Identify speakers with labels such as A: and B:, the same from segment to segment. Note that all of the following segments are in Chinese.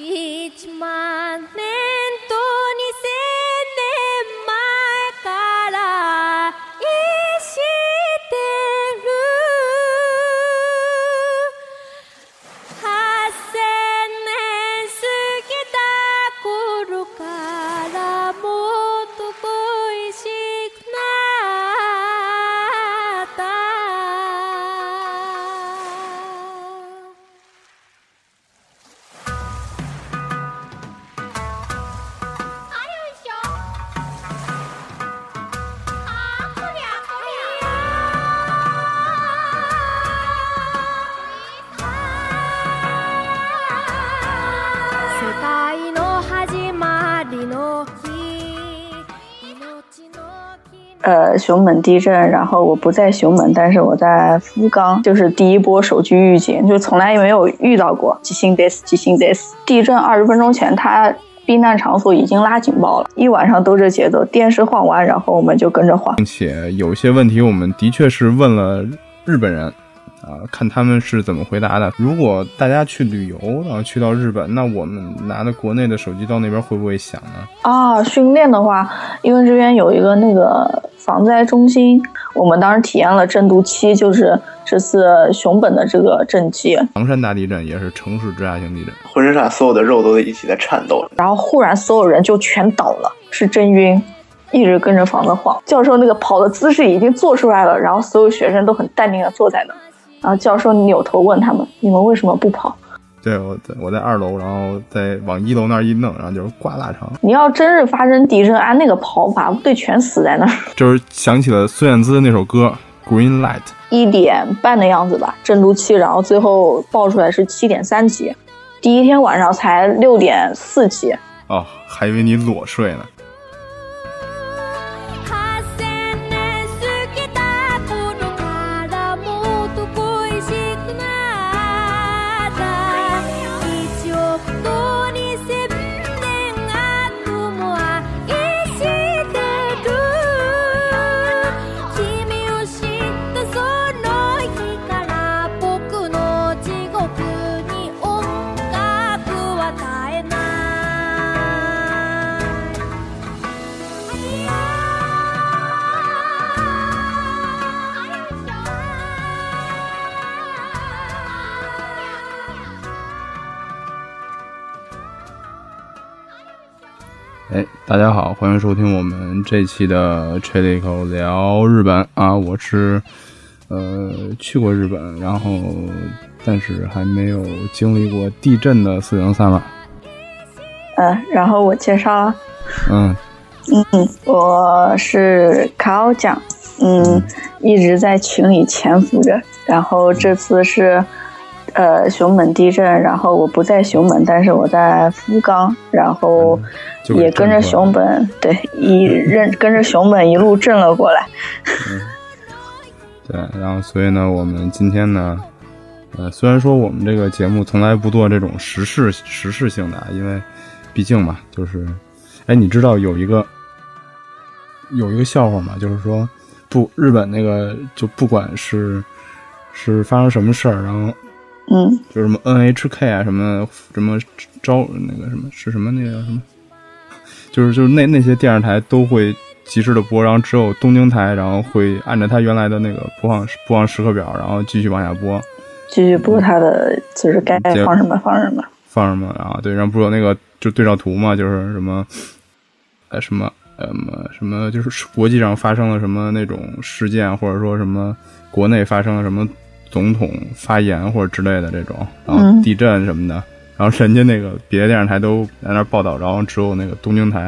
A: 1万年と2000年前から愛してる8000年過ぎた頃からもっと恋しくなった
B: あよいしょあこりゃこりゃ
A: 世界の始まりの日命の日
C: 呃，熊本地震，然后我不在熊本，但是我在福冈，就是第一波手机预警，就从来没有遇到过。地震 this，地震 this。地震二十分钟前，它避难场所已经拉警报了，一晚上都这节奏，电视晃完，然后我们就跟着晃。
D: 且有一些问题我们的确是问了日本人。啊，看他们是怎么回答的。如果大家去旅游，然后去到日本，那我们拿的国内的手机到那边会不会响呢？
C: 啊，训练的话，因为这边有一个那个防灾中心，我们当时体验了震度七，就是这次熊本的这个震级，
D: 唐山大地震也是城市直下型地震，
E: 浑身上所有的肉都一起在颤抖。
C: 然后忽然所有人就全倒了，是真晕，一直跟着房子晃。教授那个跑的姿势已经做出来了，然后所有学生都很淡定的坐在那儿，然后教授扭头问他们：“你们为什么不跑？”
D: 对我在我在二楼，然后再往一楼那儿一弄，然后就是刮大肠，
C: 你要真是发生地震，按那个跑法，不对，全死在那儿。
D: 就是想起了孙燕姿那首歌《Green Light》。
C: 一点半的样子吧，震度七，然后最后报出来是七点三级，第一天晚上才六点四级，
D: 哦，还以为你裸睡呢。
A: 8000年過ぎた頃からもっと恋しくなった1億と2000年後も愛してる君を知ったその日から僕の地獄に音楽は絶えない
D: 哎，大家好，欢迎收听我们这期的 c h i l i c o 聊日本啊，我是呃去过日本，然后但是还没有经历过地震的四零三吧。
C: 嗯，然后我介绍啊，
D: 嗯，
C: 我是卡奥酱，嗯，一直在群里潜伏着。然后这次是，呃，熊本地震，然后我不在熊本，但是我在福冈，然后
D: 嗯就给
C: 也跟着
D: 震过来
C: 熊本，对，一认跟着熊本一路震了过来。
D: 对，然后所以呢，我们今天呢，呃，虽然说我们这个节目从来不做这种时事时事性的，啊，因为毕竟嘛，就是，哎，你知道有一个有一个笑话吗？就是说，不，日本那个就不管是是发生什么事儿，然后
C: 嗯，
D: 就是什么 NHK 啊，什么什么招那个什么是什么那个叫什么，就是就是那那些电视台都会及时的播，然后只有东京台，然后会按照它原来的那个播放播放时刻表，然后继续往下播，
C: 继续播他的，就是该
D: 结
C: 放什么放什么。
D: 放什么啊？对，然后不是有那个就对照图嘛，就是什么呃什么呃什么什么，就是国际上发生了什么那种事件，或者说什么国内发生了什么总统发言或者之类的这种，然后
C: 嗯
D: 地震什么的，然后人家那个别的电视台都在那儿报道，然后只有那个东京台，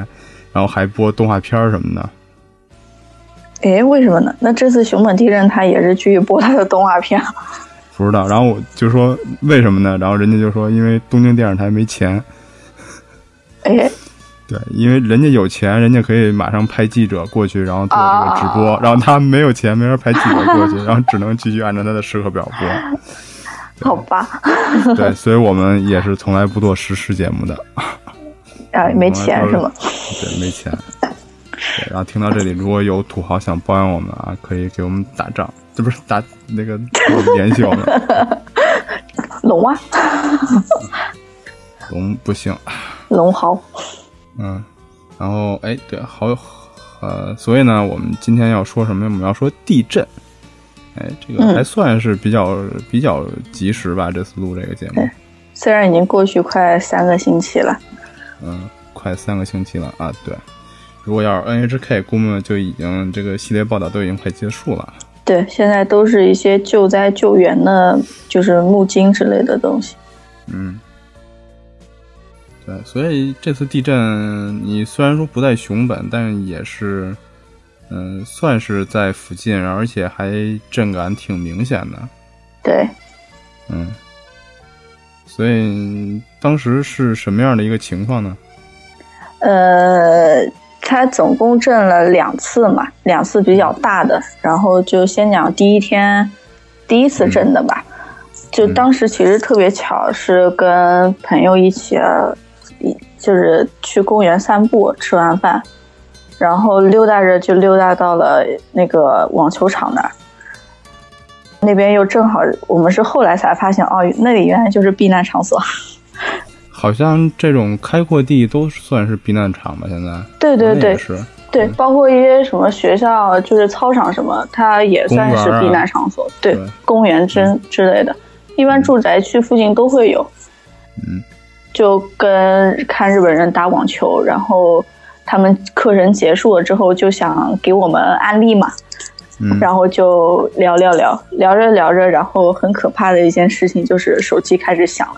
D: 然后还播动画片儿什么的。
C: 诶，为什么呢？那这次熊本地震他也是继续播他的动画片。
D: 不知道，然后我就说为什么呢？然后人家就说因为东京电视台没钱，
C: 诶，
D: 对，因为人家有钱，人家可以马上派记者过去，然后做这个直
C: 啊
D: 播。然后他没有钱，没法派记者过去，然后只能继续按照他的时刻表 播。
C: 好吧，
D: 对，所以我们也是从来不做实时节目的，
C: 啊，没钱是吗？？
D: 对，没钱。对，然后听到这里，如果有土豪想包养我们啊，可以给我们打仗，这不是打那个 联系我们，
C: 龙啊，
D: 龙不行，
C: 龙豪。
D: 嗯，然后哎，对，好，呃，所以呢，我们今天要说什么？我们要说地震。哎，这个
C: 嗯
D: 还算是比较、比较及时吧，这次录这个节目
C: 对，虽然已经过去快三个星期了，
D: 嗯，快三个星期了啊，对。如果要是 NHK，估摸就已经这个系列报道都已经快结束了。
C: 对，现在都是一些救灾救援的，就是募金之类的东西。
D: 嗯，对，所以这次地震，你虽然说不在熊本，但也是，嗯、算是在附近，而且还震感挺明显的，
C: 对，
D: 嗯。所以当时是什么样的一个情况呢？
C: 呃，它总共震了两次嘛，两次比较大
D: 嗯
C: 的。然后就先讲第一天，第一次震的
D: 嗯
C: 吧。就当时其实特别巧，是跟朋友一起，一就是去公园散步，吃完饭，然后溜达着就溜达到了那个网球场那儿。那边又正好，我们是后来才发现，哦，那里原来就是避难场所。
D: 哦好像这种开阔地都算是避难场吧？现在
C: 对对
D: 国内也
C: 对，
D: 是
C: 对，包括一些什么学校，就是操场什么，它也算是
D: 公园啊
C: 避难场所，对
D: 对，
C: 公园之之类的，一般住宅区附近都会有。
D: 嗯，
C: 就跟看日本人打网球，然后他们课程结束了之后，就想给我们安利嘛，
D: 嗯，
C: 然后就聊聊聊，聊着聊着，然后很可怕的一件事情就是手机开始响了。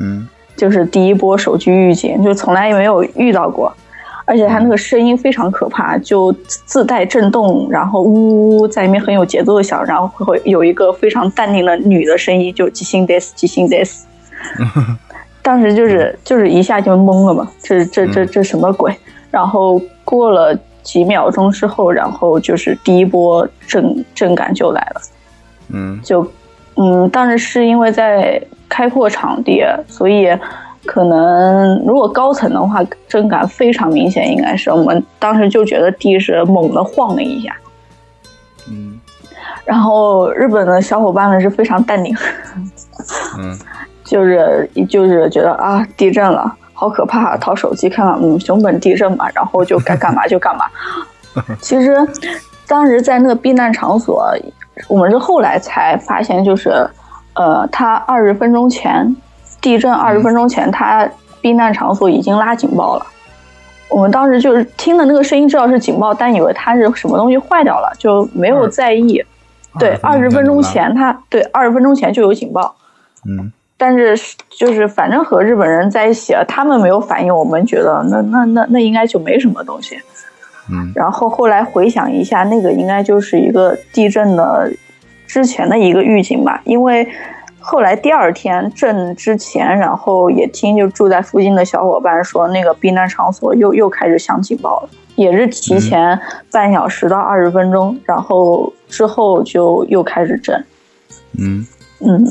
D: 嗯，
C: 就是第一波手机预警，就从来没有遇到过，而且它那个声音非常可怕，就自带震动，然后呜呜在里面很有节奏的响，然后会有一个非常淡定的女的声音，就即兴 this 即兴 this，当时就是就是一下就懵了嘛，这这这这什么鬼？然后过了几秒钟之后，然后就是第一波震震感就来了。
D: 嗯，
C: 就嗯，当时是因为在开阔场地，所以可能如果高层的话，震感非常明显，应该是我们当时就觉得地是猛地晃了一下，
D: 嗯，
C: 然后日本的小伙伴们是非常淡定，
D: 嗯，
C: 就是就是觉得啊地震了。好可怕！掏手机看看，嗯，熊本地震嘛，然后就该干嘛就 干嘛。其实，当时在那个避难场所，我们是后来才发现，就是，呃，他二十分钟前地震二十分钟前，他避难场所已经拉警报了。我们当时就是听的那个声音，知道是警报，但以为它是什么东西坏掉了，就没有
D: 二
C: 在意。对，
D: 啊
C: 二十分钟，前他对二十分钟前就有警报，
D: 嗯
C: 但是是就是反正和日本人在一起，他们没有反应，我们觉得那那那那应该就没什么东西。
D: 嗯
C: 然后后来回想一下，那个应该就是一个地震的之前的一个预警吧，因为后来第二天震之前，然后也听就住在附近的小伙伴说，那个避难场所又又开始响警报了，也是提前半小时到二十分钟，然后之后就又开始震，
D: 嗯
C: 嗯。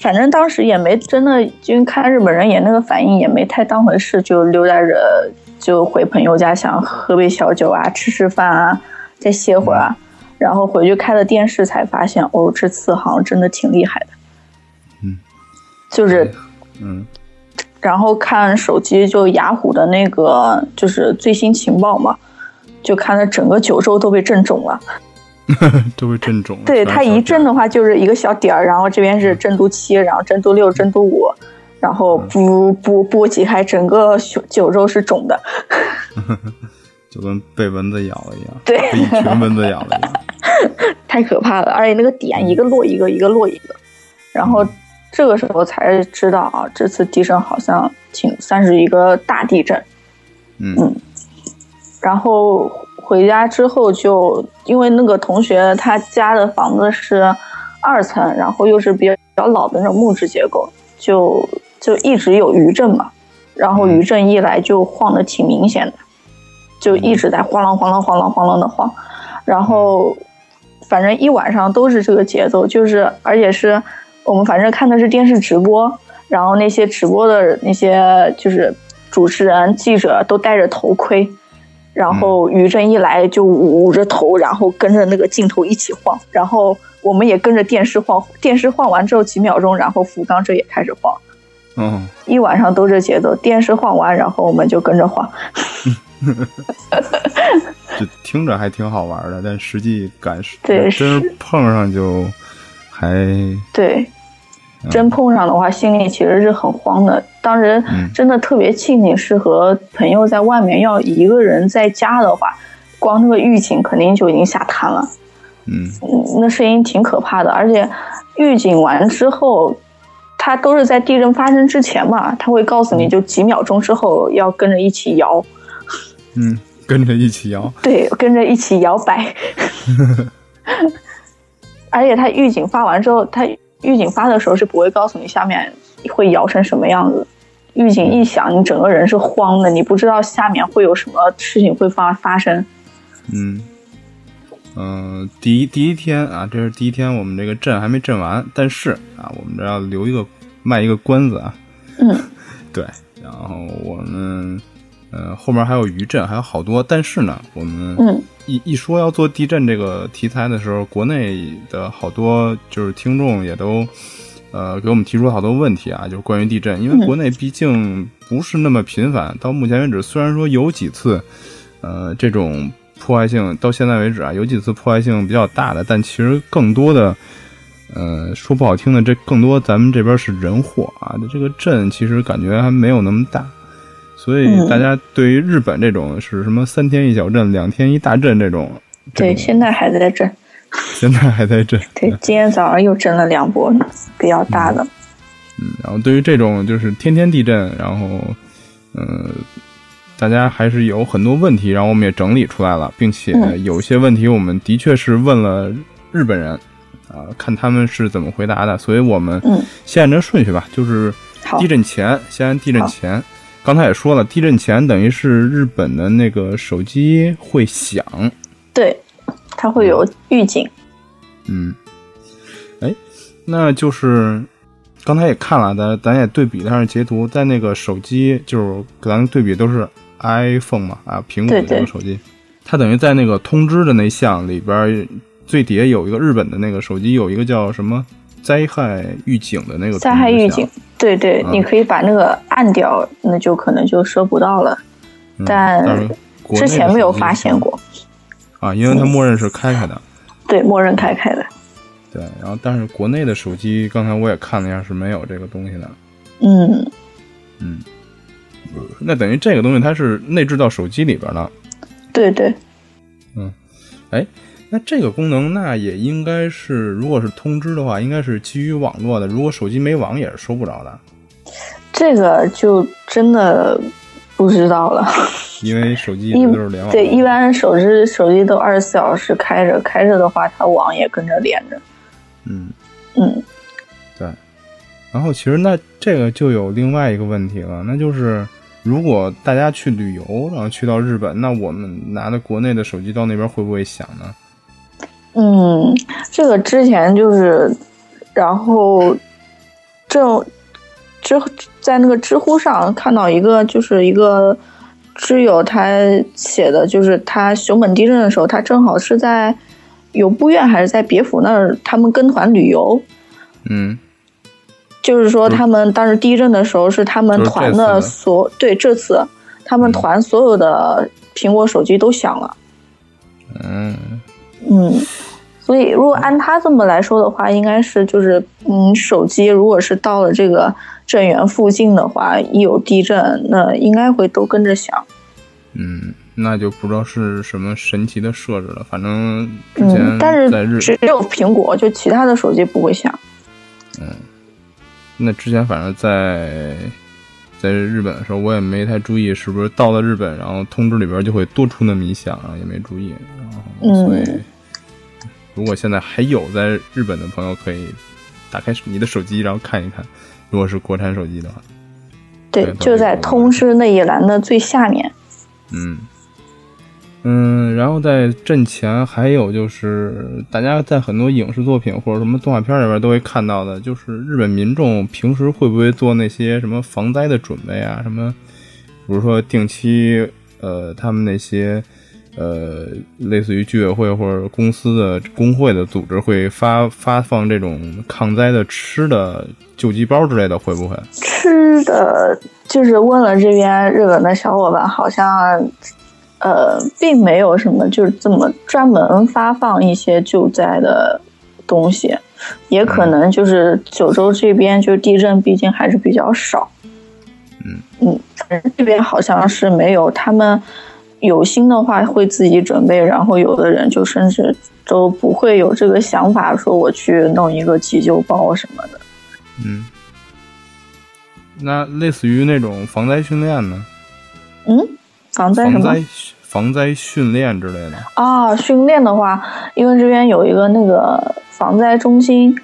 C: 反正当时也没真的，因为看日本人也那个反应也没太当回事，就溜达着就回朋友家，想喝杯小酒啊，吃吃饭啊，再歇会儿啊。然后回去开了电视，才发现哦，这次好像真的挺厉害的。
D: 嗯，
C: 就是
D: 嗯
C: 然后看手机就雅虎的那个就是最新情报嘛，就看了整个九州都被震肿了。
D: 嗯，都被震肿了。
C: 对，
D: 全是
C: 它
D: 小嗯
C: 一
D: 点
C: 震的话就是一个小点儿，然后这边是震度七，然后震度六、震度五，然后
D: 嗯
C: 波波波及开，整个九九州是肿的。
D: 就跟被蚊子咬了一样，
C: 对
D: 被一群蚊子咬了 一样。
C: 太可怕了，而且那个点
D: 嗯
C: 一个落一个，一个落一个，然后这个时候才知道啊，这次地震好像挺算是一个大地震。
D: 嗯
C: 嗯然后回家之后就因为那个同学他家的房子是二层，然后又是比较比较老的那种木质结构，就就一直有余震嘛，然后余震一来就晃的挺明显的，就一直在晃啷晃啷晃啷晃啷的晃，然后反正一晚上都是这个节奏，就是而且是我们反正看的是电视直播，然后那些直播的那些就是主持人、记者都戴着头盔，然后余震一来就捂着头，然后跟着那个镜头一起晃，然后我们也跟着电视晃，电视晃完之后几秒钟，然后福冈这也开始晃，
D: 嗯，
C: 一晚上都这节奏，电视晃完，然后我们就跟着晃。
D: 就听着还挺好玩的，但实际感是
C: 对
D: 真
C: 是
D: 碰上就还
C: 对，真碰上的话，心里其实是很慌的。当时
D: 嗯
C: 真的特别庆幸是和朋友在外面，要一个人在家的话，光那个预警肯定就已经吓瘫了。
D: 嗯
C: 嗯，那声音挺可怕的，而且预警完之后，它都是在地震发生之前嘛，它会告诉你就几秒钟之后要跟着一起摇，
D: 嗯跟着一起摇，
C: 对，跟着一起摇摆。而且它预警发完之后，它预警发的时候是不会告诉你下面会摇成什么样子。预警一响，你整个人是慌的，你不知道下面会有什么事情会发发生。
D: 嗯。嗯、第一第一天啊，这是第一天，我们这个震还没震完，但是啊，我们这要留一个卖一个关子啊，
C: 嗯，
D: 对，然后我们呃后面还有余震，还有好多，但是呢，我们
C: 嗯
D: 一一说要做地震这个题材的时候，国内的好多就是听众也都呃给我们提出了好多问题啊，就是关于地
C: 嗯
D: 震，因为国内毕竟不是那么频繁，到目前为止虽然说有几次呃这种破坏性，到现在为止啊有几次破坏性比较大的，但其实更多的。呃，说不好听的，这更多咱们这边是人祸啊，这个震其实感觉还没有那么大，所以
C: 嗯
D: 大家对于日本这种是什么三天一小震、两天一大震这种，
C: 对，现在还在震。
D: 现在还在震。
C: 对，今天早上又震了两波，比较大的。
D: 嗯然后对于这种就是天天地震，然后呃，大家还是有很多问题，然后我们也整理出来了，并且
C: 嗯
D: 有一些问题我们的确是问了日本人啊、看他们是怎么回答的，所以我们
C: 嗯
D: 先按照顺序吧，就是
C: 好
D: 地震前，先按地震
C: 好
D: 前。刚才也说了，地震前等于是日本的那个手机会响，
C: 对，它会有预警。
D: 嗯，哎，那就是刚才也看了，咱咱也对比了下截图，在那个手机就是咱对比都是 iPhone 嘛啊，苹果的
C: 对
D: 这个
C: 对
D: 手机，它等于在那个通知的那项里边儿最底下有一个日本的那个手机有一个叫什么灾害预警的那个
C: 灾害预
D: 通知
C: 警
D: 项，，
C: 对对，
D: 嗯
C: 你可以把那个按掉，那就可能就收不到了。
D: 嗯
C: 但
D: 但是国内
C: 之
D: 的
C: 前没有
D: 手机
C: 发现过，嗯
D: 啊，因为它默认是开开的。
C: 对，默认开开的。
D: 对，然后但是国内的手机，刚才我也看了一下，是没有这个东西的。
C: 嗯，
D: 那等于这个东西它是内置到手机里边了。
C: 对对，
D: 那这个功能，那也应该是，如果是通知的话，应该是基于网络的。如果手机没网，也是收不着的，
C: 这个就真的不知道了。
D: 因为手机一
C: 一
D: 直都是联网。
C: 对，一般手机手机都二十四小时开着，开着的话，它网也跟着连着。
D: 嗯。
C: 嗯，
D: 然后其实那这个就有另外一个问题了，那就是如果大家去旅游，然后去到日本，那我们拿的国内的手机到那边会不会响呢？
C: 嗯，这个之前就是，然后正知在那个知乎上看到一个，就是一个知友他写的，就是他熊本地震的时候，他正好是在有部院还是在别府那儿，他们跟团旅游。
D: 嗯
C: 就是说，
D: 就是
C: 他们当时地震的时候，是他们
D: 嗯就是这
C: 团
D: 次的
C: 的所对这次他们
D: 嗯
C: 团所有的苹果手机都响了。
D: 嗯
C: 嗯，所以如果按他这么来说的话，应该是就是嗯，手机如果是到了这个震源附近的话，一有地震，那应该会都跟着响。
D: 嗯，那就不知道是什么神奇的设置了。反正之前
C: 嗯，但是
D: 在日、
C: 只有苹果，就其他的手机不会响。
D: 那之前反正在在日本的时候，我也没太注意是不是到了日本，然后通知里边就会多出那么一项，然后也没注意，然后
C: 嗯
D: 所以、如果现在还有在日本的朋友，可以打开你的手机，然后看一看，如果是国产手机的话，
C: 对
D: 对，
C: 就在通知那一栏的最下面。
D: 嗯。嗯，然后在震前还有就是，大家在很多影视作品或者什么动画片里边都会看到的，就是日本民众平时会不会做那些什么防灾的准备啊？什么，比如说定期呃，他们那些呃，类似于居委会或者公司的工会的组织会发发放这种抗灾的吃的救济包之类的，会不会？
C: 吃的，就是问了这边日本的小伙伴，好像呃，并没有什么就是这么专门发放一些救灾的东西，也可能就是九州这边就地震，毕竟还是比较少。
D: 嗯
C: 嗯，反正这边好像是没有，他们有心的话会自己准备，然后有的人就甚至都不会有这个想法，说我去弄一个急救包什么的。
D: 嗯，那类似于那种防灾训练呢？
C: 嗯，防灾什
D: 防
C: 么？
D: 灾防灾训练之类的。
C: 啊，训练的话，因为这边有一个那个防灾中心，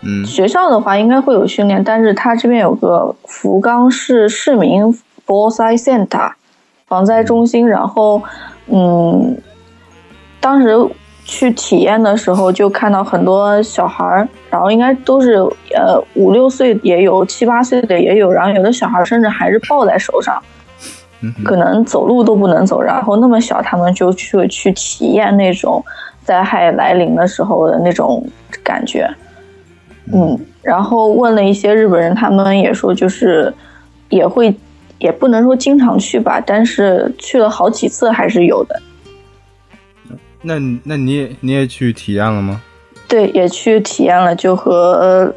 D: 嗯
C: 学校的话应该会有训练，但是它这边有个福冈市市民防灾 center 防灾中心，然后嗯，当时去体验的时候就看到很多小孩儿，然后应该都是呃五六岁也有，七八岁的也有，然后有的小孩儿甚至还是抱在手上。
D: 嗯哼
C: 可能走路都不能走，然后那么小，他们就去去体验那种灾害来临的时候的那种感觉，嗯，然后问了一些日本人，他们也说就是也会，也不能说经常去吧，但是去了好几次还是有的，
D: 那你那你也你也去体验了吗？
C: 对，也去体验了，就和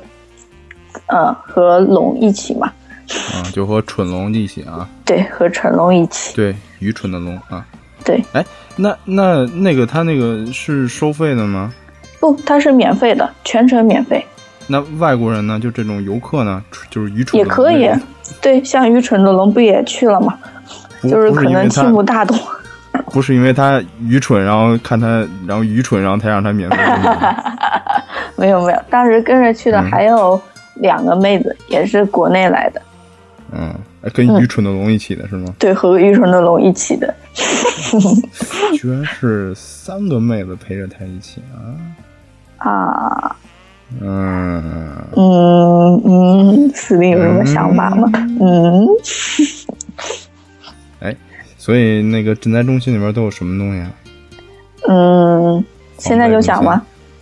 C: 呃和龙一起嘛，
D: 啊，就和蠢龙一起啊，
C: 对，和成龙一起，
D: 对，愚蠢的龙啊。
C: 对，
D: 哎，那那那个他那个是收费的吗？
C: 不，它是免费的，全程免费。
D: 那外国人呢？就这种游客呢，就是愚蠢
C: 也
D: 的
C: 可以
D: 那种，
C: 对，像愚蠢的龙不也去了吗？
D: 不
C: 就是
D: 不
C: 可
D: 因为
C: 能
D: 他
C: 听不大懂。
D: 不是因为他愚蠢，然后看他，然后愚蠢，然后才让他免费。
C: 没有没有，当时跟着去的
D: 嗯
C: 还有两个妹子，也是国内来的，
D: 嗯，哎跟愚蠢的龙一起的是吗？
C: 对，和愚蠢的龙一起的。
D: 居然是三个妹子陪着他一起啊！
C: 啊，
D: 嗯，
C: 嗯嗯，司令有什么想法吗？嗯，
D: 所以那个赈灾中心里面都有什么东西啊？
C: 嗯，现在就想吗？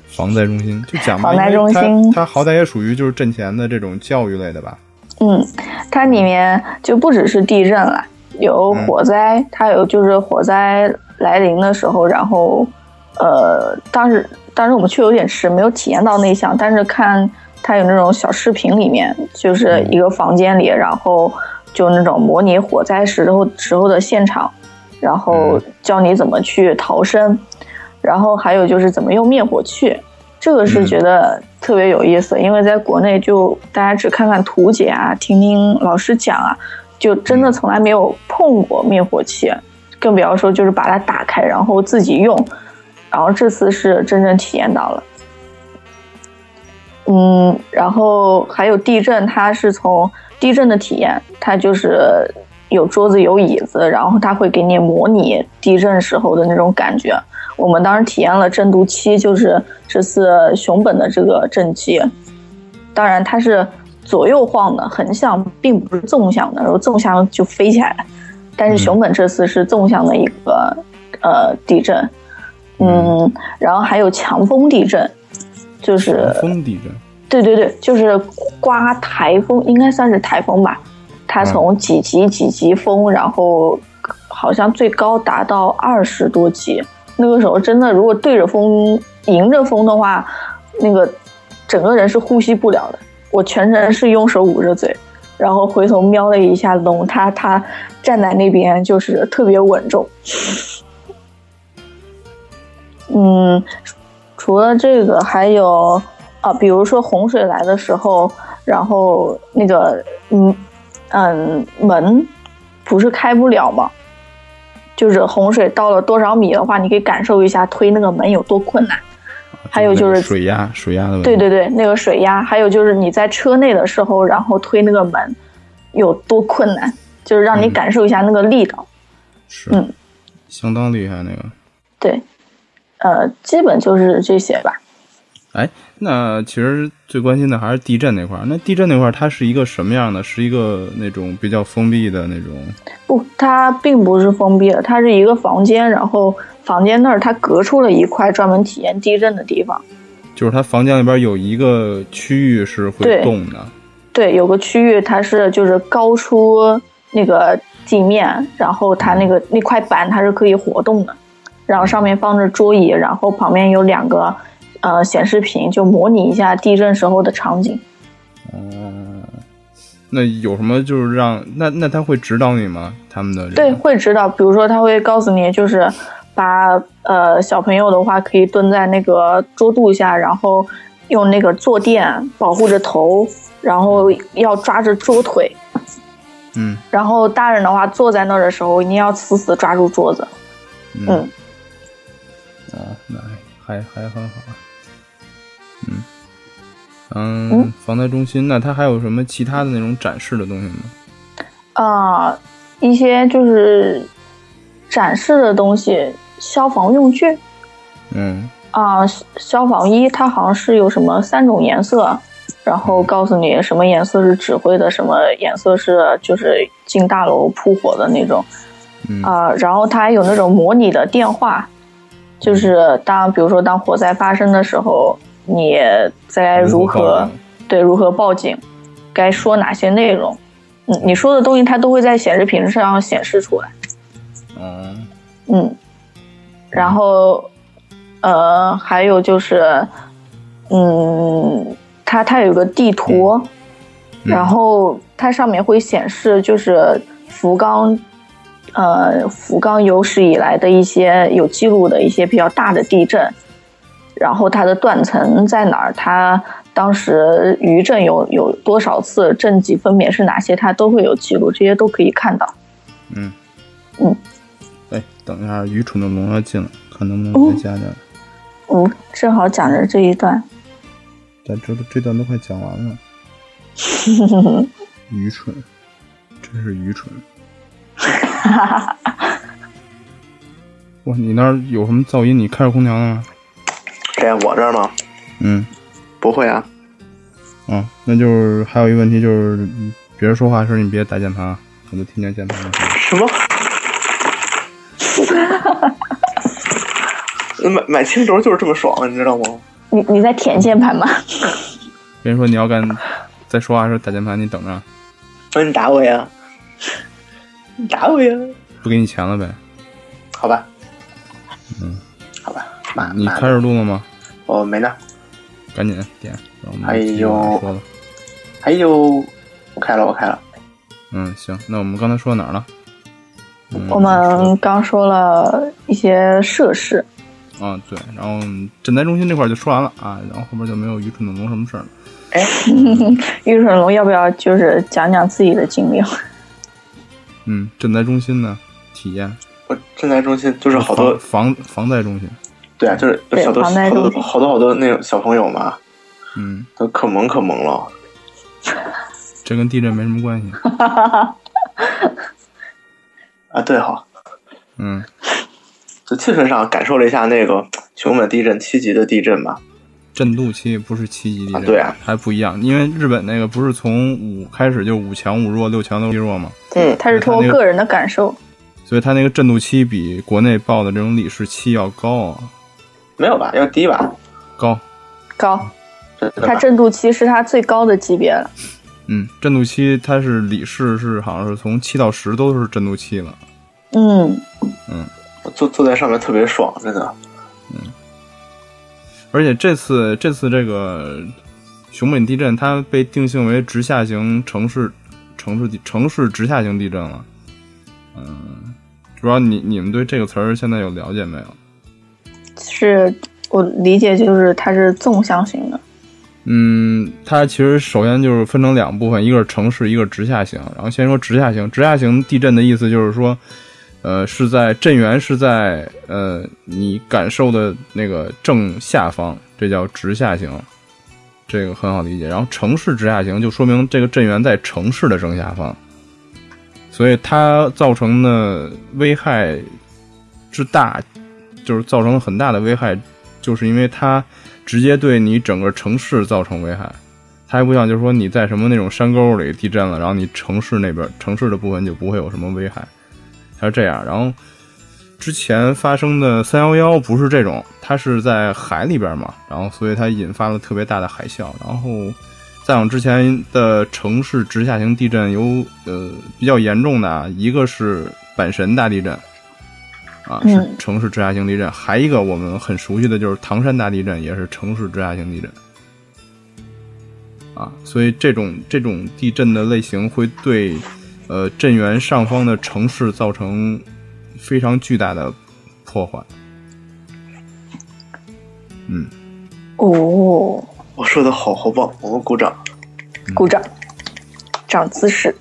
D: 防灾中心就讲吧，
C: 防灾中心
D: 因为它它好歹也属于就是挣钱的这种教育类的吧。
C: 嗯，它里面就不只是地震了，有
D: 嗯
C: 火灾，它有就是火灾来临的时候，然后呃，当时当时我们去有点迟，没有体验到那一项，但是看它有那种小视频，里面就是一个房间里，然后就那种模拟火灾时候时候的现场，然后教你怎么去逃生，然后还有就是怎么用灭火器，这个是
D: 嗯
C: 觉得特别有意思，因为在国内就大家只看看图解啊，听听老师讲啊，就真的从来没有碰过灭火器，更不要说就是把它打开然后自己用，然后这次是真正体验到了。嗯，然后还有地震，它是从地震的体验，它就是有桌子有椅子，然后它会给你模拟地震时候的那种感觉。我们当时体验了震度七，就是这次熊本的这个震级，当然它是左右晃的，横向并不是纵向的，然后纵向就飞起来了。但是熊本这次是纵向的一个、呃地震，嗯，然后还有强风地震，就是
D: 风地震，
C: 对对对，就是刮台风，应该算是台风吧。它从几级几级风，然后好像最高达到二十多级。那个时候真的，如果对着风、迎着风的话，那个整个人是呼吸不了的。我全程是用手捂着嘴，然后回头瞄了一下龙，他他站在那边就是特别稳重。嗯，除了这个，还有啊，比如说洪水来的时候，然后那个嗯嗯门不是开不了吗？就是洪水到了多少米的话，你可以感受一下推那个门有多困难。还有就是
D: 那个水压，水压的问题。
C: 对对对，那个水压，还有就是你在车内的时候，然后推那个门有多困难，就是让你
D: 嗯
C: 感受一下那个力道。
D: 是，
C: 嗯
D: 相当厉害那个。
C: 对，呃，基本就是这些吧。
D: 哎，那其实最关心的还是地震那块儿。那地震那块儿它是一个什么样的？是一个那种比较封闭的那种，
C: 不，它并不是封闭的，它是一个房间，然后房间那儿它隔出了一块专门体验地震的地方。
D: 就是它房间里边有一个区域是会
C: 对
D: 动的。
C: 对，有个区域它是就是高出那个地面，然后它那个那块板它是可以活动的，然后上面放着桌椅，然后旁边有两个呃显示屏，就模拟一下地震时候的场景。
D: 嗯，那有什么就是让那那他会指导你吗？他们的这
C: 对，
D: 个
C: 会指导，比如说他会告诉你，就是把呃小朋友的话可以蹲在那个桌肚下，然后用那个坐垫保护着头，然后要抓着桌腿，
D: 嗯
C: 然后大人的话坐在那儿的时候，一定要死死抓住桌子。
D: 嗯
C: 嗯
D: 啊，那还还很好，嗯嗯，防灾中心，那它还有什么其他的那种展示的东西吗？
C: 啊、一些就是展示的东西，消防用具
D: 嗯
C: 啊、消消防衣它好像是有什么三种颜色，然后告诉你什么颜色是指挥的，什么颜色是就是进大楼扑火的那种。
D: 嗯
C: 啊、然后它还有那种模拟的电话，就是当比如说当火灾发生的时候，你该如
D: 如
C: 何
D: 何报警
C: 对如何报警，该说哪些内容，嗯，你说的东西它都会在显示屏上显示出来，
D: 嗯
C: 嗯，然后呃还有就是，嗯，它它有个地图，
D: 嗯
C: 然后它上面会显示就是福冈，呃，福冈有史以来的一些有记录的一些比较大的地震，然后它的断层在哪儿，它当时余震有有多少次，震级分别是哪些，它都会有记录，这些都可以看到。
D: 嗯
C: 嗯，
D: 哎，等一下，愚蠢的龙要进来，看能不能再
C: 哦
D: 加点儿。
C: 嗯，正好讲着这一段，
D: 咱这都这段都快讲完了，愚蠢，真是愚蠢。哇，你那儿有什么噪音？你开着空调呢吗？
E: 在我这儿吗？
D: 嗯，
E: 不会啊，
D: 啊，那就是还有一个问题就是，别人说话的时候你别打键盘啊，我就听见键盘了。
E: 什 么？买买青轴就是这么爽，啊你知道吗？
C: 你你在舔键盘吗？
D: 别人说你要干，在说话的时候打键盘，你等着啊，
E: 那你打我呀！你打我呀！
D: 不给你钱了呗？
E: 好吧，嗯，好吧，妈
D: 你
E: 妈
D: 开始录了吗？
E: 我没呢。
D: 赶紧点，然后我们
E: 哎呦
D: 继续往下说了。
E: 哎呦，我开了，我开了。
D: 嗯，行，那我们刚才说到哪儿了？嗯
C: 我们刚说了一些设施，
D: 啊，对，然后赈灾中心这块儿就说完了啊，然后后边就没有愚蠢的龙什么事儿了。
E: 哎，
C: 玉顺龙要不要就是讲讲自己的经历？
D: 嗯，赈灾中心呢，体验
E: 我赈灾中心就是好多，
D: 防防防灾中心，
E: 对啊，就是有
C: 对
E: 小多
C: 防灾
E: 好
C: 中
E: 多
C: 心
E: 好多好多那种小朋友嘛，
D: 嗯，
E: 都可萌可萌了。
D: 这跟地震没什么关系，
E: 啊，对哈，
D: 嗯
E: 就气氛上感受了一下那个熊本地震七级的地震吧。
D: 震度期不是七级地震，
E: 啊对啊
D: 还不一样，因为日本那个不是从五开始就五强五弱六强六弱嘛，
E: 嗯
C: 他是通过个人的感受，
D: 所以它那个震度期比国内报的这种里氏期要高啊，
E: 没有吧？要低吧？
D: 高，
C: 高，
E: 对嗯对
C: 他
E: 吧？
C: 震度期是他最高的级别了。
D: 嗯，震度期它是里氏是好像是从七到十都是震度期了，
C: 嗯，
E: 我坐坐在上面特别爽，真的。
D: 而且这次这次这个熊本地震，它被定性为直下型城市城市地城市直下型地震了。嗯，不知道你你们对这个词儿现在有了解没有？
C: 是我理解就是它是纵向型的。
D: 嗯，它其实首先就是分成两部分，一个是城市，一个是直下型。然后先说直下型，直下型地震的意思就是说，呃，是在震源是在呃你感受的那个正下方，这叫直下型，这个很好理解。然后城市直下型就说明这个震源在城市的正下方，所以它造成的危害之大，就是造成了很大的危害，就是因为它直接对你整个城市造成危害。它还不像就是说你在什么那种山沟里地震了，然后你城市那边城市的部分就不会有什么危害，它是这样。然后之前发生的三幺幺不是这种，它是在海里边嘛，然后所以它引发了特别大的海啸，然后再往之前的城市直下型地震有呃比较严重的啊，一个是阪神大地震，啊是
C: 嗯
D: 城市直下型地震，还一个我们很熟悉的就是唐山大地震，也是城市直下型地震。啊，所以这种这种地震的类型会对呃震源上方的城市造成非常巨大的破坏。嗯，
C: 哦，
E: 我说的好好棒，我们鼓掌。
C: 鼓掌，长姿势。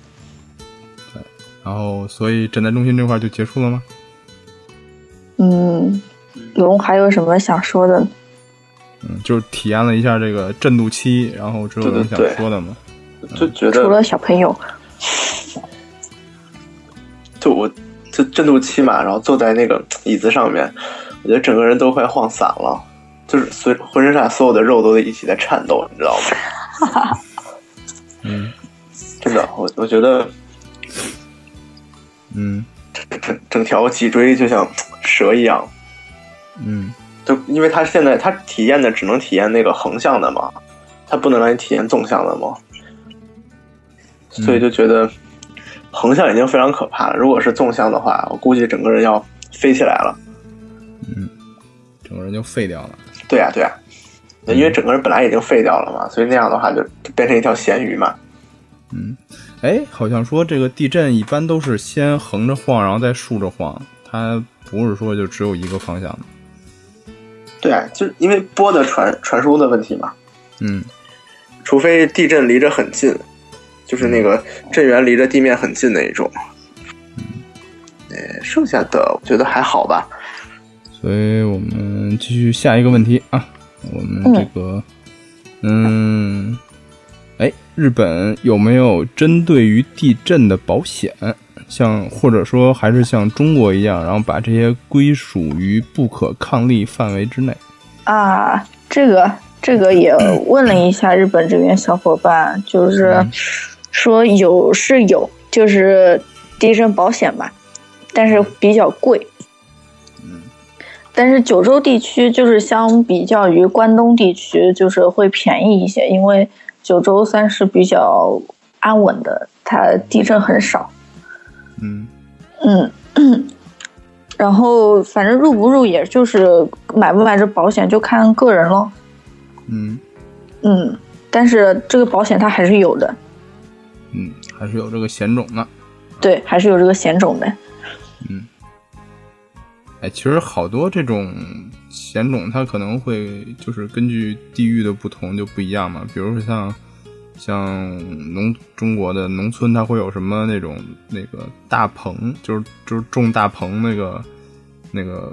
D: 然后所以震灾中心这块就结束了吗？
C: 嗯，龙还有什么想说的？
D: 嗯，就是体验了一下这个震度期，然后之后有
E: 对对
D: 人想
E: 对
D: 说的吗？
E: 就觉
C: 除
E: 得
C: 了小朋友，
E: 就我就震度期嘛，然后坐在那个椅子上面，我觉得整个人都快晃散了，就是随浑身上下所有的肉都一起在颤抖，你知道吗？
D: 嗯
E: 真的，我我觉得
D: 嗯
E: 整整条脊椎就像蛇一样，
D: 嗯
E: 就因为它现在它体验的只能体验那个横向的嘛，它不能让你体验纵向的嘛，所以就觉得横向已经非常可怕了。如果是纵向的话，我估计整个人要飞起来了。
D: 嗯，整个人就废掉了。
E: 对呀、对呀、因为整个人本来已经废掉了嘛，所以那样的话就就变成一条咸鱼嘛。
D: 嗯，哎，好像说这个地震一般都是先横着晃，然后再竖着晃，它不是说就只有一个方向的。
E: 对啊，就是因为波的传传输的问题嘛，
D: 嗯
E: 除非地震离着很近，就是那个震源离着地面很近那一种。呃，剩下的我觉得还好吧。，
D: 所以我们继续下一个问题啊，我们这个，嗯，哎，日本有没有针对于地震的保险？像或者说还是像中国一样，然后把这些归属于不可抗力范围之内？
C: 啊，这个这个也问了一下日本这边小伙伴，就是
D: 嗯
C: 说有是有，就是地震保险吧，但是比较贵。但是九州地区就是相比较于关东地区，就是会便宜一些，因为九州算是比较安稳的，它地震很少。
D: 嗯
C: 嗯，然后反正入不入，也就是买不买这保险就看个人咯。
D: 嗯
C: 嗯，但是这个保险它还是有的，
D: 嗯，还是有这个险种的。
C: 对，还是有这个险种的。
D: 哎，其实好多这种险种，它可能会就是根据地域的不同就不一样嘛。比如说像像农中国的农村，它会有什么那种那个大棚，就是就是种大棚那个那个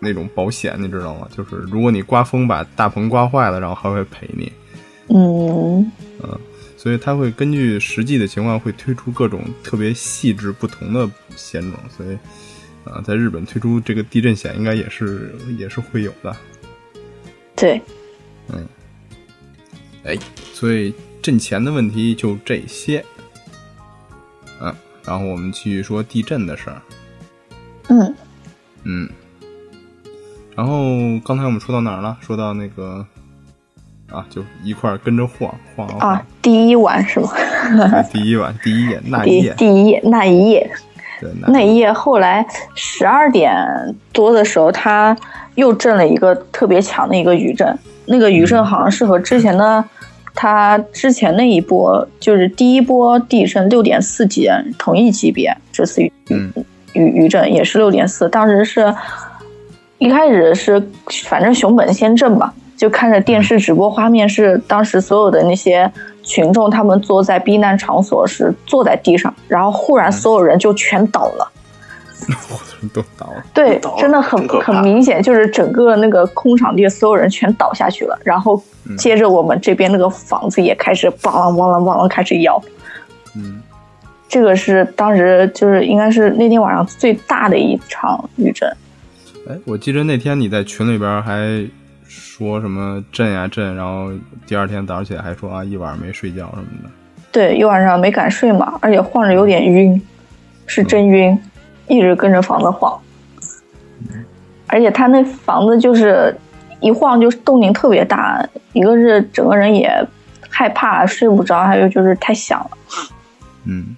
D: 那种保险，你知道吗？就是如果你刮风把大棚刮坏了，然后还会赔你。
C: 嗯，
D: 所以它会根据实际的情况会推出各种特别细致不同的险种，所以啊、在日本推出这个地震险应该也是也是会有的。
C: 对，
D: 哎，所以震前的问题就这些，嗯、然后我们继续说地震的事儿，
C: 嗯，
D: 嗯，然后刚才我们说到哪儿了？说到那个啊，就一块儿跟着晃晃
C: 啊
D: 晃，，
C: 第一晚是吗？
D: 对第一晚第一夜那一
C: 第
D: 夜，
C: 第一夜那一夜，
D: 对
C: 那一夜后来十二点多的时候，它又震了一个特别强的一个余震，那个余震好像是和之前的。它之前那一波就是第一波地震六点四级，同一级别，这次余
D: 嗯
C: 余余震也是六点四，当时是一开始是反正熊本先震吧，就看着电视直播画面是当时所有的那些群众他们坐在避难场所是坐在地上，然后忽
E: 嗯
C: 然所有人就全倒了，
D: 都倒了，
C: 对
E: 倒了，
C: 真的很
E: 真可怕
C: 很明显，就是整个那个空场地所有人全倒下去了，然后
D: 嗯
C: 接着我们这边那个房子也开始梆啷梆啷梆啷开始摇。
D: 嗯
C: 这个是当时就是应该是那天晚上最大的一场余震，
D: 哎，我记着那天你在群里边还说什么震呀震，然后第二天早上起来还说啊一晚上没睡觉什么的。
C: 对，一晚上没敢睡嘛，而且晃着有点晕，是真晕，一直跟着房子晃，而且他那房子就是一晃就是动静特别大，一个是整个人也害怕睡不着，还有就是太响了。
D: 嗯，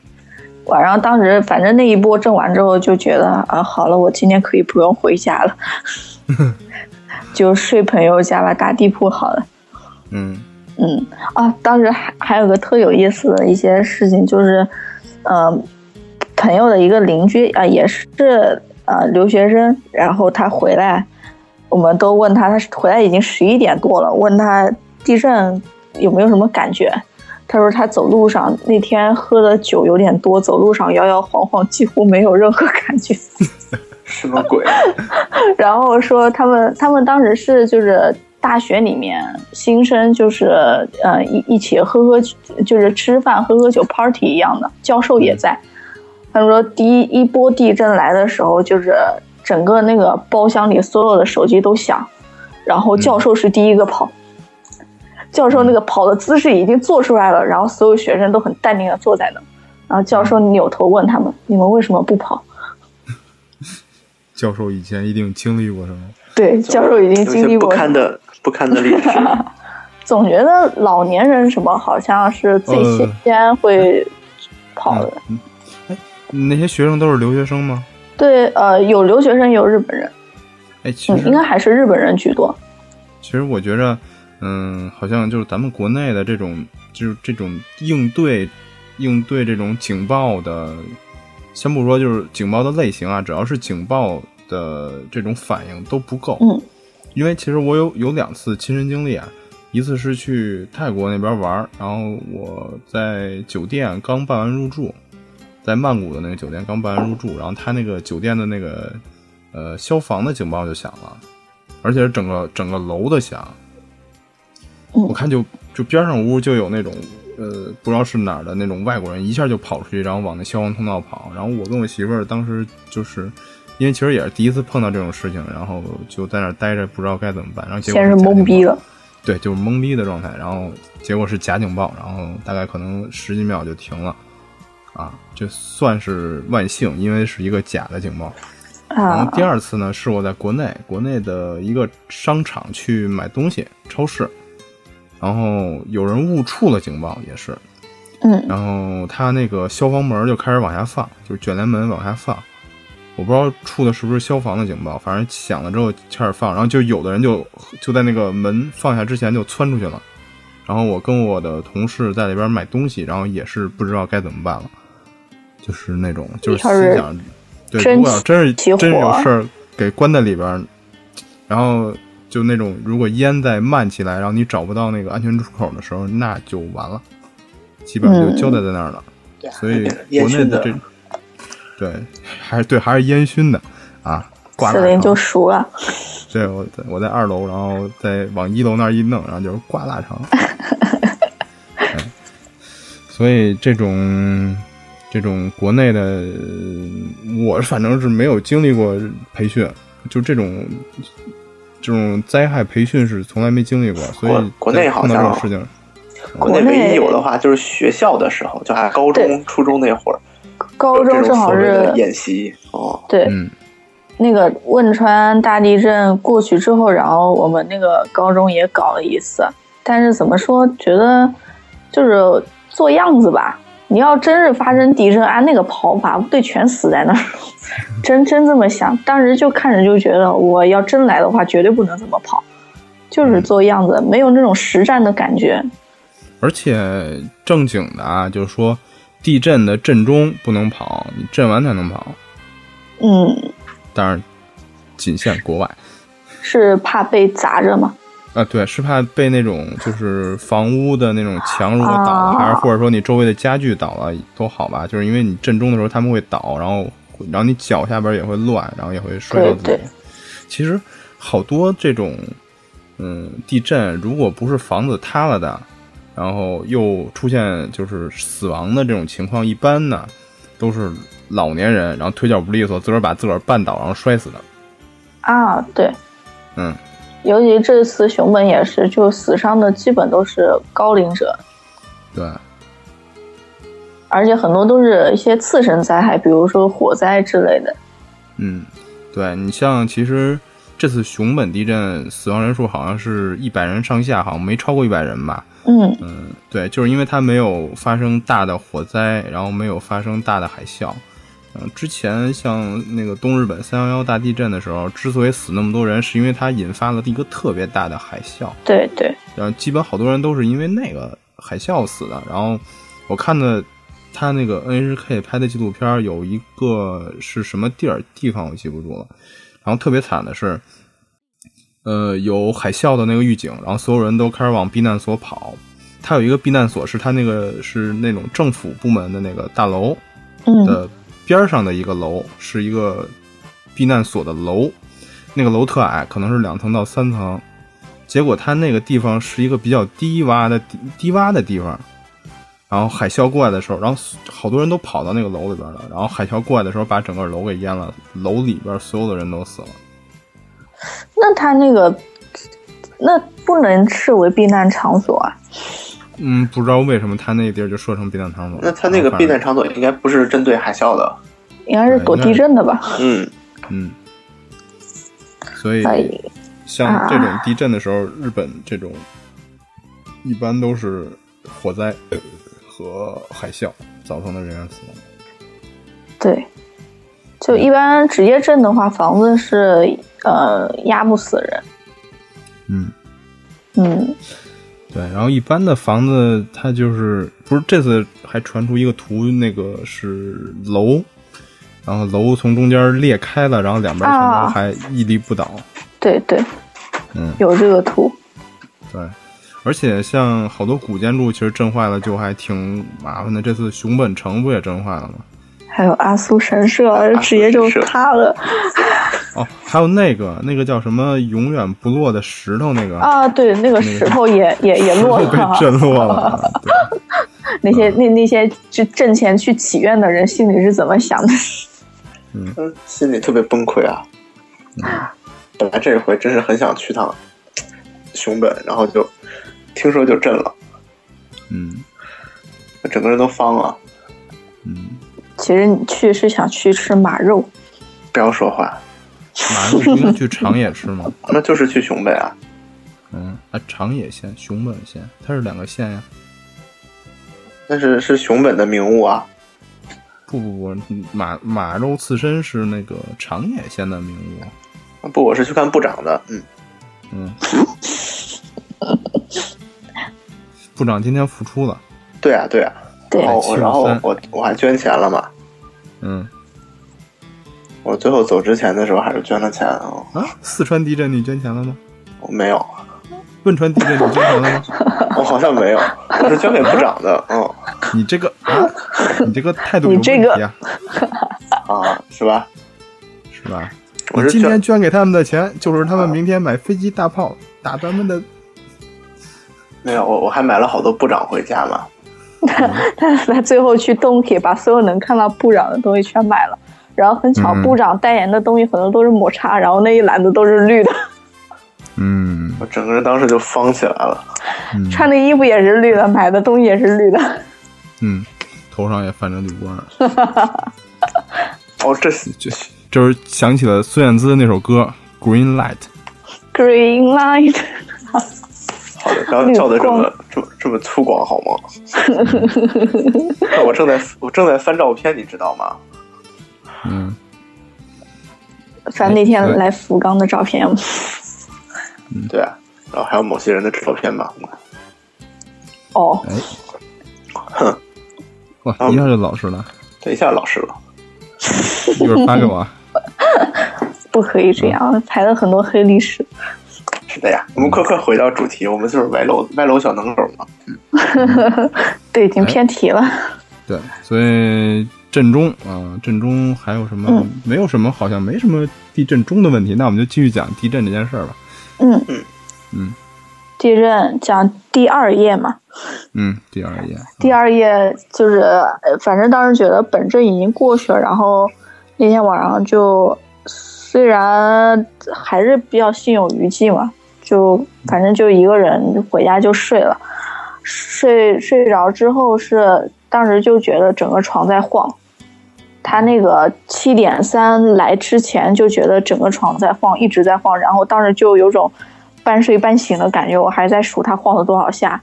C: 晚上当时反正那一波震完之后，就觉得啊，好了，我今天可以不用回家了，就睡朋友家吧，打地铺好了。
D: 嗯，
C: 嗯啊，当时还还有个特有意思的一些事情，就是，呃，朋友的一个邻居啊、也是呃留学生，然后他回来，我们都问他，他是回来已经十一点多了，问他地震有没有什么感觉，他说他走路上那天喝的酒有点多，走路上摇摇晃晃，几乎没有任何感觉。
E: 什么鬼？啊
C: 然后说他们他们当时是就是大学里面新生就是呃一一起喝喝就是吃饭喝喝酒 party 一样的，教授也在。他们说第一一波地震来的时候，就是整个那个包厢里所有的手机都响，然后教授是第一个跑。教授那个跑的姿势已经做出来了，然后所有学生都很淡定的坐在那，然后教授扭头问他们：“你们为什么不跑？”
D: 教授以前一定经历过什么？
C: 对，教授已经
E: 有一
C: 经历
E: 些不
C: 过
E: 堪的不堪的历 史。
C: 总觉得老年人什么好像是最
D: 呃
C: 先先会跑的。
D: 嗯，哎，那些学生都是留学生吗？
C: 对，呃，有留学生，有日本人，
D: 哎，其
C: 嗯，
D: 实
C: 应该还是日本人居多。
D: 其实我觉着，嗯，好像就是咱们国内的这种，就是这种应对应对这种警报的，先不说就是警报的类型啊，只要是警报的这种反应都不够。
C: 嗯，
D: 因为其实我有有两次亲身经历啊，一次是去泰国那边玩儿，然后我在酒店刚办完入住，在曼谷的那个酒店刚办完入住，然后他那个酒店的那个呃消防的警报就响了，而且是整个整个楼的响。
C: 嗯
D: 我看就就边上屋就有那种呃不知道是哪儿的那种外国人，一下就跑出去，然后往那消防通道跑。然后我跟我媳妇儿当时就是因为其实也是第一次碰到这种事情，然后就在那儿待着不知道该怎么办，然后结果
C: 先是
D: 假
C: 懵
D: 警
C: 逼
D: 报
C: 了，
D: 对，就是懵逼的状态，然后结果是假警报，然后大概可能十几秒就停了，啊，这算是万幸，因为是一个假的警报。然
C: 啊
D: 后，第二次呢，是我在国内国内的一个商场去买东西，超市，然后有人误触了警报，也是，
C: 嗯
D: 然后他那个消防门就开始往下放，就是卷帘门往下放。我不知道触的是不是消防的警报，反正响了之后开始放，然后就有的人就就在那个门放下之前就窜出去了。然后我跟我的同事在里边买东西，然后也是不知道该怎么办了，就是那种就是
C: 要是
D: 心想，对，
C: 真
D: 如果要真是
C: 起火
D: 真是有事儿给关在里边，然后就那种如果烟再漫起来，然后你找不到那个安全出口的时候，那就完了，基本
C: 嗯
D: 上就交代在那儿了。
C: 啊
D: 所以
E: 烟
D: 国内
E: 熏
D: 的
E: 的
D: 这，对，还是对还是烟熏的啊，挂那
C: 四
D: 儿
C: 零
D: 上
C: 就熟了。
D: 对我在我在二楼，然后再往一楼那儿一弄，然后就是挂腊肠。哎所以这种这种国内的，呃我反正是没有经历过培训，就这种这种灾害培训是从来没经历过，所以
E: 国国内
D: 在
E: 好
D: 碰到这
E: 像啊
D: 种事情，
E: 国内唯一有的话就是学校的时候，就还高中、
C: 对
E: 初中那会儿，
C: 高中正好
E: 有这种所谓的
C: 是
E: 演习哦，
C: 对、
D: 嗯
C: 那个汶川大地震过去之后，然后我们那个高中也搞了一次，但是怎么说，觉得就是做样子吧。你要真是发生地震，按那个跑法，不对，全死在那儿。真真这么想，当时就看着就觉得，我要真来的话，绝对不能这么跑，就是做样子，没有那种实战的感觉。
D: 而且正经的啊，就是说地震的震中不能跑，你震完才能跑，
C: 嗯，
D: 当然仅限国外。
C: 是怕被砸着嘛？
D: 啊，对，是怕被那种就是房屋的那种墙如果倒了，还是
C: 啊
D: 或者说你周围的家具倒了都好吧，就是因为你震中的时候他们会倒，然后然后你脚下边也会乱，然后也会摔到自己
C: 对对。
D: 其实好多这种嗯地震，如果不是房子塌了的，然后又出现就是死亡的这种情况，一般呢都是老年人，然后腿脚不利索，自个儿把自个儿绊倒，然后摔死的。
C: 啊，对，
D: 嗯，
C: 尤其这次熊本也是，就死伤的基本都是高龄者，
D: 对，
C: 而且很多都是一些次生灾害，比如说火灾之类的。
D: 嗯，对你像其实这次熊本地震死亡人数好像是一百人上下，好像没超过一百人吧。
C: 嗯
D: 嗯，对，就是因为它没有发生大的火灾，然后没有发生大的海啸。嗯，之前像那个东日本三幺幺大地震的时候，之所以死那么多人，是因为它引发了一个特别大的海啸。
C: 对对，
D: 然后基本好多人都是因为那个海啸死的。然后我看的他那个 NHK 拍的纪录片儿有一个是什么地儿地方我记不住了，然后特别惨的是，呃，有海啸的那个预警，然后所有人都开始往避难所跑。他有一个避难所是他那个是那种政府部门的那个大楼，
C: 嗯
D: 的边儿上的一个楼，是一个避难所的楼，那个楼特矮，可能是两层到三层。结果它那个地方是一个比较低洼的低低洼的地方，然后海啸过来的时候，然后好多人都跑到那个楼里边了，然后海啸过来的时候把整个楼给淹了，楼里边所有的人都死了。
C: 那他那个那不能视为避难场所啊。
D: 嗯，不知道为什么他那地儿就设成避难场所。
E: 那他那个避难
D: 然后
E: 场所应该不是针对海啸的，
C: 应该是躲地震的 吧？
E: 嗯，
D: 反正，嗯，所以
C: 所以啊
D: 像这种地震的时候，日本这种一般都是火灾呃和海啸造成的人员死亡。
C: 对，就一般职业震的话，房子是呃压不死人。
D: 嗯，
C: 嗯
D: 对。然后一般的房子，它就是不是这次还传出一个图，那个是楼，然后楼从中间裂开了，然后两边全都
C: 啊
D: 还屹立不倒。，
C: 对对，
D: 嗯
C: 有这个图。
D: 对，而且像好多古建筑，其实震坏了就还挺麻烦的。这次熊本城不也震坏了吗？
C: 还有阿苏神社直接就塌了
D: 哦，还有那个那个叫什么“永远不落的石头”那个，
C: 啊！对，那个石头也也也
D: 石头
C: 落
D: 被
C: 了，
D: 震落了。对
C: 那些那那些去挣钱去祈愿的人心里是怎么想的？
E: 嗯心里特别崩溃啊。
D: 嗯
E: 本来这回真是很想去趟熊本，然后就听说就震了，
D: 嗯
E: 整个人都方了，
D: 嗯，
C: 其实你去是想去吃马肉，
E: 不要说话，
D: 马上不应该去长野吃吗？
E: 那就是去熊本啊。
D: 嗯啊，长野县、熊本县，它是两个县呀。
E: 但是是熊本的名物啊，
D: 不不不，马马肉刺身是那个长野县的名物。
E: 不，我是去看部长的，嗯，
D: 嗯，部长今天复出了。
E: 对啊，对啊，
C: 对
E: 然 后我
D: 753
E: 然后我我还捐钱了嘛，
D: 嗯
E: 我最后走之前的时候还是捐了钱啊，
D: 啊，四川地震你捐钱了吗？
E: 我没有，
D: 汶川地震你捐钱了吗？
E: 我好像没有，我是捐给部长的，嗯
D: 你这个啊，你这个态度有
C: 你这个
D: 问题啊，
E: 啊，是吧？
D: 是吧？
E: 我
D: 你
E: 是
D: 今
E: 捐
D: 天捐给他们的钱，就是他们明天买飞机大炮打咱们的。
E: 没有，我我还买了好多部长回家嘛，
C: 他他最后去动铁把所有能看到部长的东西全买了，然后很巧，
D: 嗯
C: 部长代言的东西很多都是抹茶，然后那一篮子都是绿的，
D: 嗯，
E: 我整个人当时就方起来了，
D: 嗯
C: 穿的衣服也是绿的， 买的东西也是绿的。
D: 嗯，头上也泛着绿光。
E: 哦，这
D: 这就是想起了孙燕姿那首歌《Green Light》。
C: Green light，
D: 哎
E: 好的，不要叫的这么这么这么粗犷好吗？ 那我正在我正在翻照片，你知道吗？
D: 嗯，
C: 咱那天来福冈的照片，
E: 对啊，然后还有某些人的照片嗯吧，
C: 哦，
D: 哎，哇，一下就老实 了，
E: 这一下老实了。
D: 一会儿发给 我啊。
C: 不可以这
D: 嗯
C: 样，排了很多黑历史。
E: 是的呀，我们快快回到主题，我们就是歪楼歪楼小能手嘛。
C: 对，已
D: 哎
C: 经偏题了。
D: 对，所以震中啊，震中还有什么？
C: 嗯
D: 没有什么，好像没什么地震中的问题。那我们就继续讲地震这件事儿吧。
C: 嗯
E: 嗯
D: 嗯
C: 地震讲第二页嘛，
D: 嗯，第二页。
C: 第二页就是，呃反正当时觉得本震已经过去了，然后那天晚上就虽然还是比较心有余悸嘛，就反正就一个人就回家就睡了，睡睡着之后是当时就觉得整个床在晃，他那个七点三来之前就觉得整个床在晃，一直在晃，然后当时就有种半睡半醒的感觉，我还在数它晃了多少下。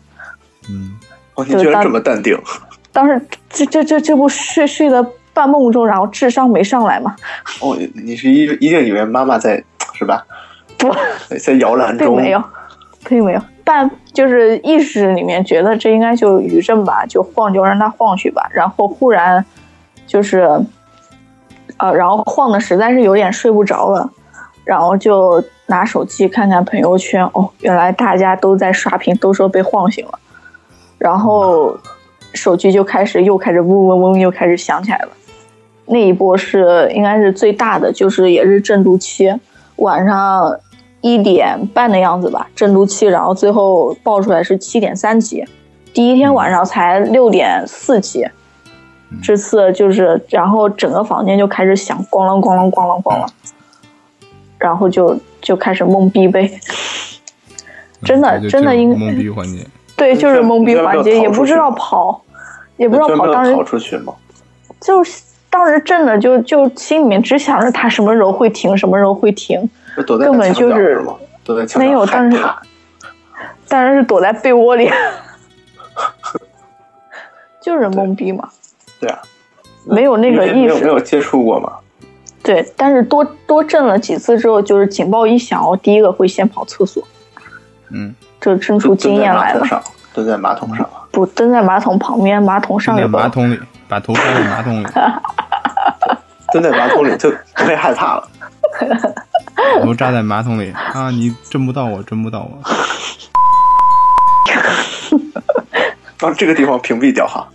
D: 嗯，
E: 哦，你居然这么淡定，
C: 当时这这这这不睡睡的半梦中，然后智商没上来嘛？
E: 哦，你你是一一定以为妈妈在是吧？
C: 不，
E: 在摇篮
C: 并
E: 中，
C: 没有， 并没有。半就是意识里面觉得这应该就余震吧，就晃就让它晃去吧。然后忽然就是，呃，然后晃的实在是有点睡不着了，然后就拿手机看看朋友圈，哦，原来大家都在刷屏，都说被晃醒了，然后手机就开始又开始嗡嗡嗡又开始响起来了。那一波是应该是最大的，就是也是震度七，晚上一点半的样子吧，震度七，然后最后报出来是七点三级，第一天晚上才六点四级，这次就是，然后整个房间就开始响，咣啷咣啷咣啷咣啷，然后就就开始懵逼呗， 真的
D: 嗯就
C: 真的
D: 进入
C: 应
D: 懵逼环节，
C: 对，就是懵逼环节，
E: 你居然没有逃
C: 也不知道跑，也不知道
E: 出去你居然
C: 跑，
E: 没
C: 当
E: 有
C: 时
E: 逃出去吗？
C: 就是当时震的就就心里面只想着它什么时候会停，什么时候会停，
E: 是躲在
C: 根本
E: 墙角
C: 就是
E: 是吗？躲在墙角
C: 没有
E: 害
C: 但是
E: 怕
C: 当然是躲在被窝 里，就是懵逼嘛，
E: 对啊，
C: 没有 那个
E: 你没
C: 意
E: 有没
C: 识。
E: 有接触过吗？
C: 对，但是多多震了几次之后，就是警报一响，我第一个会先跑厕所，
D: 嗯，
C: 这震出
E: 蹲
C: 经
E: 在
C: 验
E: 马
C: 来
E: 桶
C: 了。
E: 上，蹲在马桶上，啊
C: 不蹲在马桶旁边，马桶上
D: 蹲在
C: 有个
D: 马桶 里，把头塞进马桶里。
E: 蹲在马桶里就 太害怕了。
D: 头扎在马桶里啊！你震不到我，震不到我。
E: 把这个地方屏蔽掉 哈。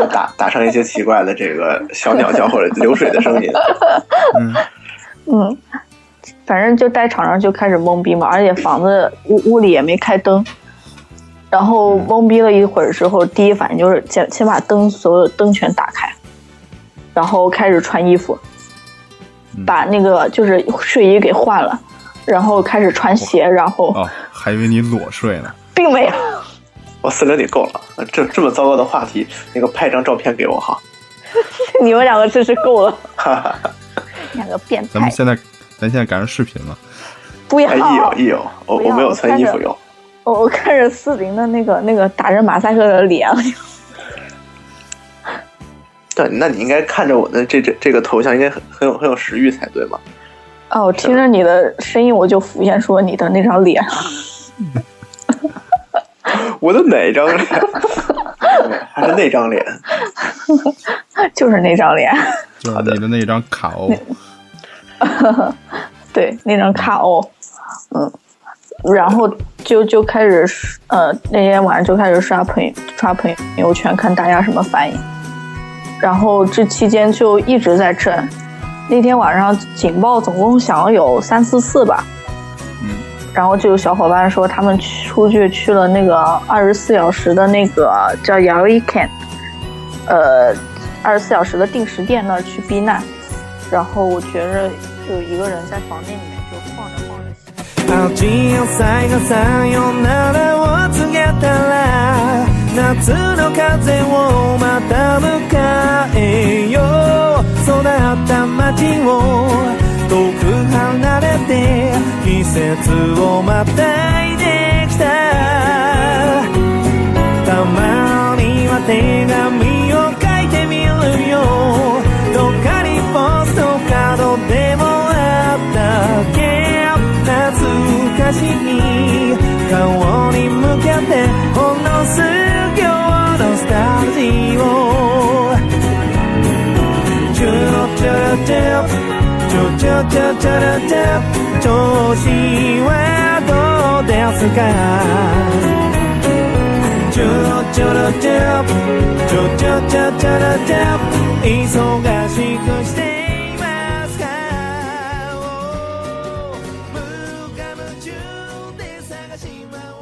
E: 我打打上一些奇怪的这个小鸟叫或者流水的声音，
D: 嗯，
C: 嗯，反正就在场上就开始懵逼嘛，而且房子屋屋里也没开灯，然后
E: 嗯
C: 懵逼了一会儿之后，第一反应就是先先把灯所有灯全打开，然后开始穿衣服，
D: 嗯
C: 把那个就是睡衣给换了，然后开始穿鞋，然后
D: 哦，还以为你裸睡呢。
C: 并没有，
E: 我四零你够了，这这么糟糕的话题，那个拍张照片给我哈。
C: 你们两个真是够了，
E: 哈哈哈
C: 两个变
D: 咱们
C: 态，
D: 现在，咱现在赶上视频了。
C: 不要
E: 哎，，一有一有，我
C: 不要
E: 我没有穿衣服
C: 我看着
E: 有，
C: 我我看着四零的那个那个打着马赛克的脸，
E: 对，那你应该看着我的这这这个头像，应该很很有很有食欲才对嘛。
C: 哦，我听着你的声音，我就浮现出了你的那张脸。
E: 我的哪张脸？ 还是那张脸？
C: 就是那张脸，
D: 就是你的那张卡哦欧，
C: 对，那张卡哦，嗯，然后就就开始呃，那天晚上就开始刷朋友刷朋友圈，看大家什么反应。然后这期间就一直在震，那天晚上警报总共响了有三四次吧。
D: 嗯。
C: 然后就有小伙伴说他们去出去去了那个二十四小时的那个叫 y a r i k a n 呃，二十四小时的定时店那儿去避难。然后我觉着就一个人在房间里面就晃着晃着。
F: 青い朝がさよならを告げたら夏の風をまた迎えよう育った街を遠く離れて季節をまたいできたたまには手紙を書いてみるよどっかにポストカードでもあったっけ懐かしい顔に向けてほんの数行のスタジオチュチュチュチュチュチュチュチュ調子はどうですか「チュロチュロチュロチュチュチュチュロチュロ忙しくしていますか?」「無我夢中で探し回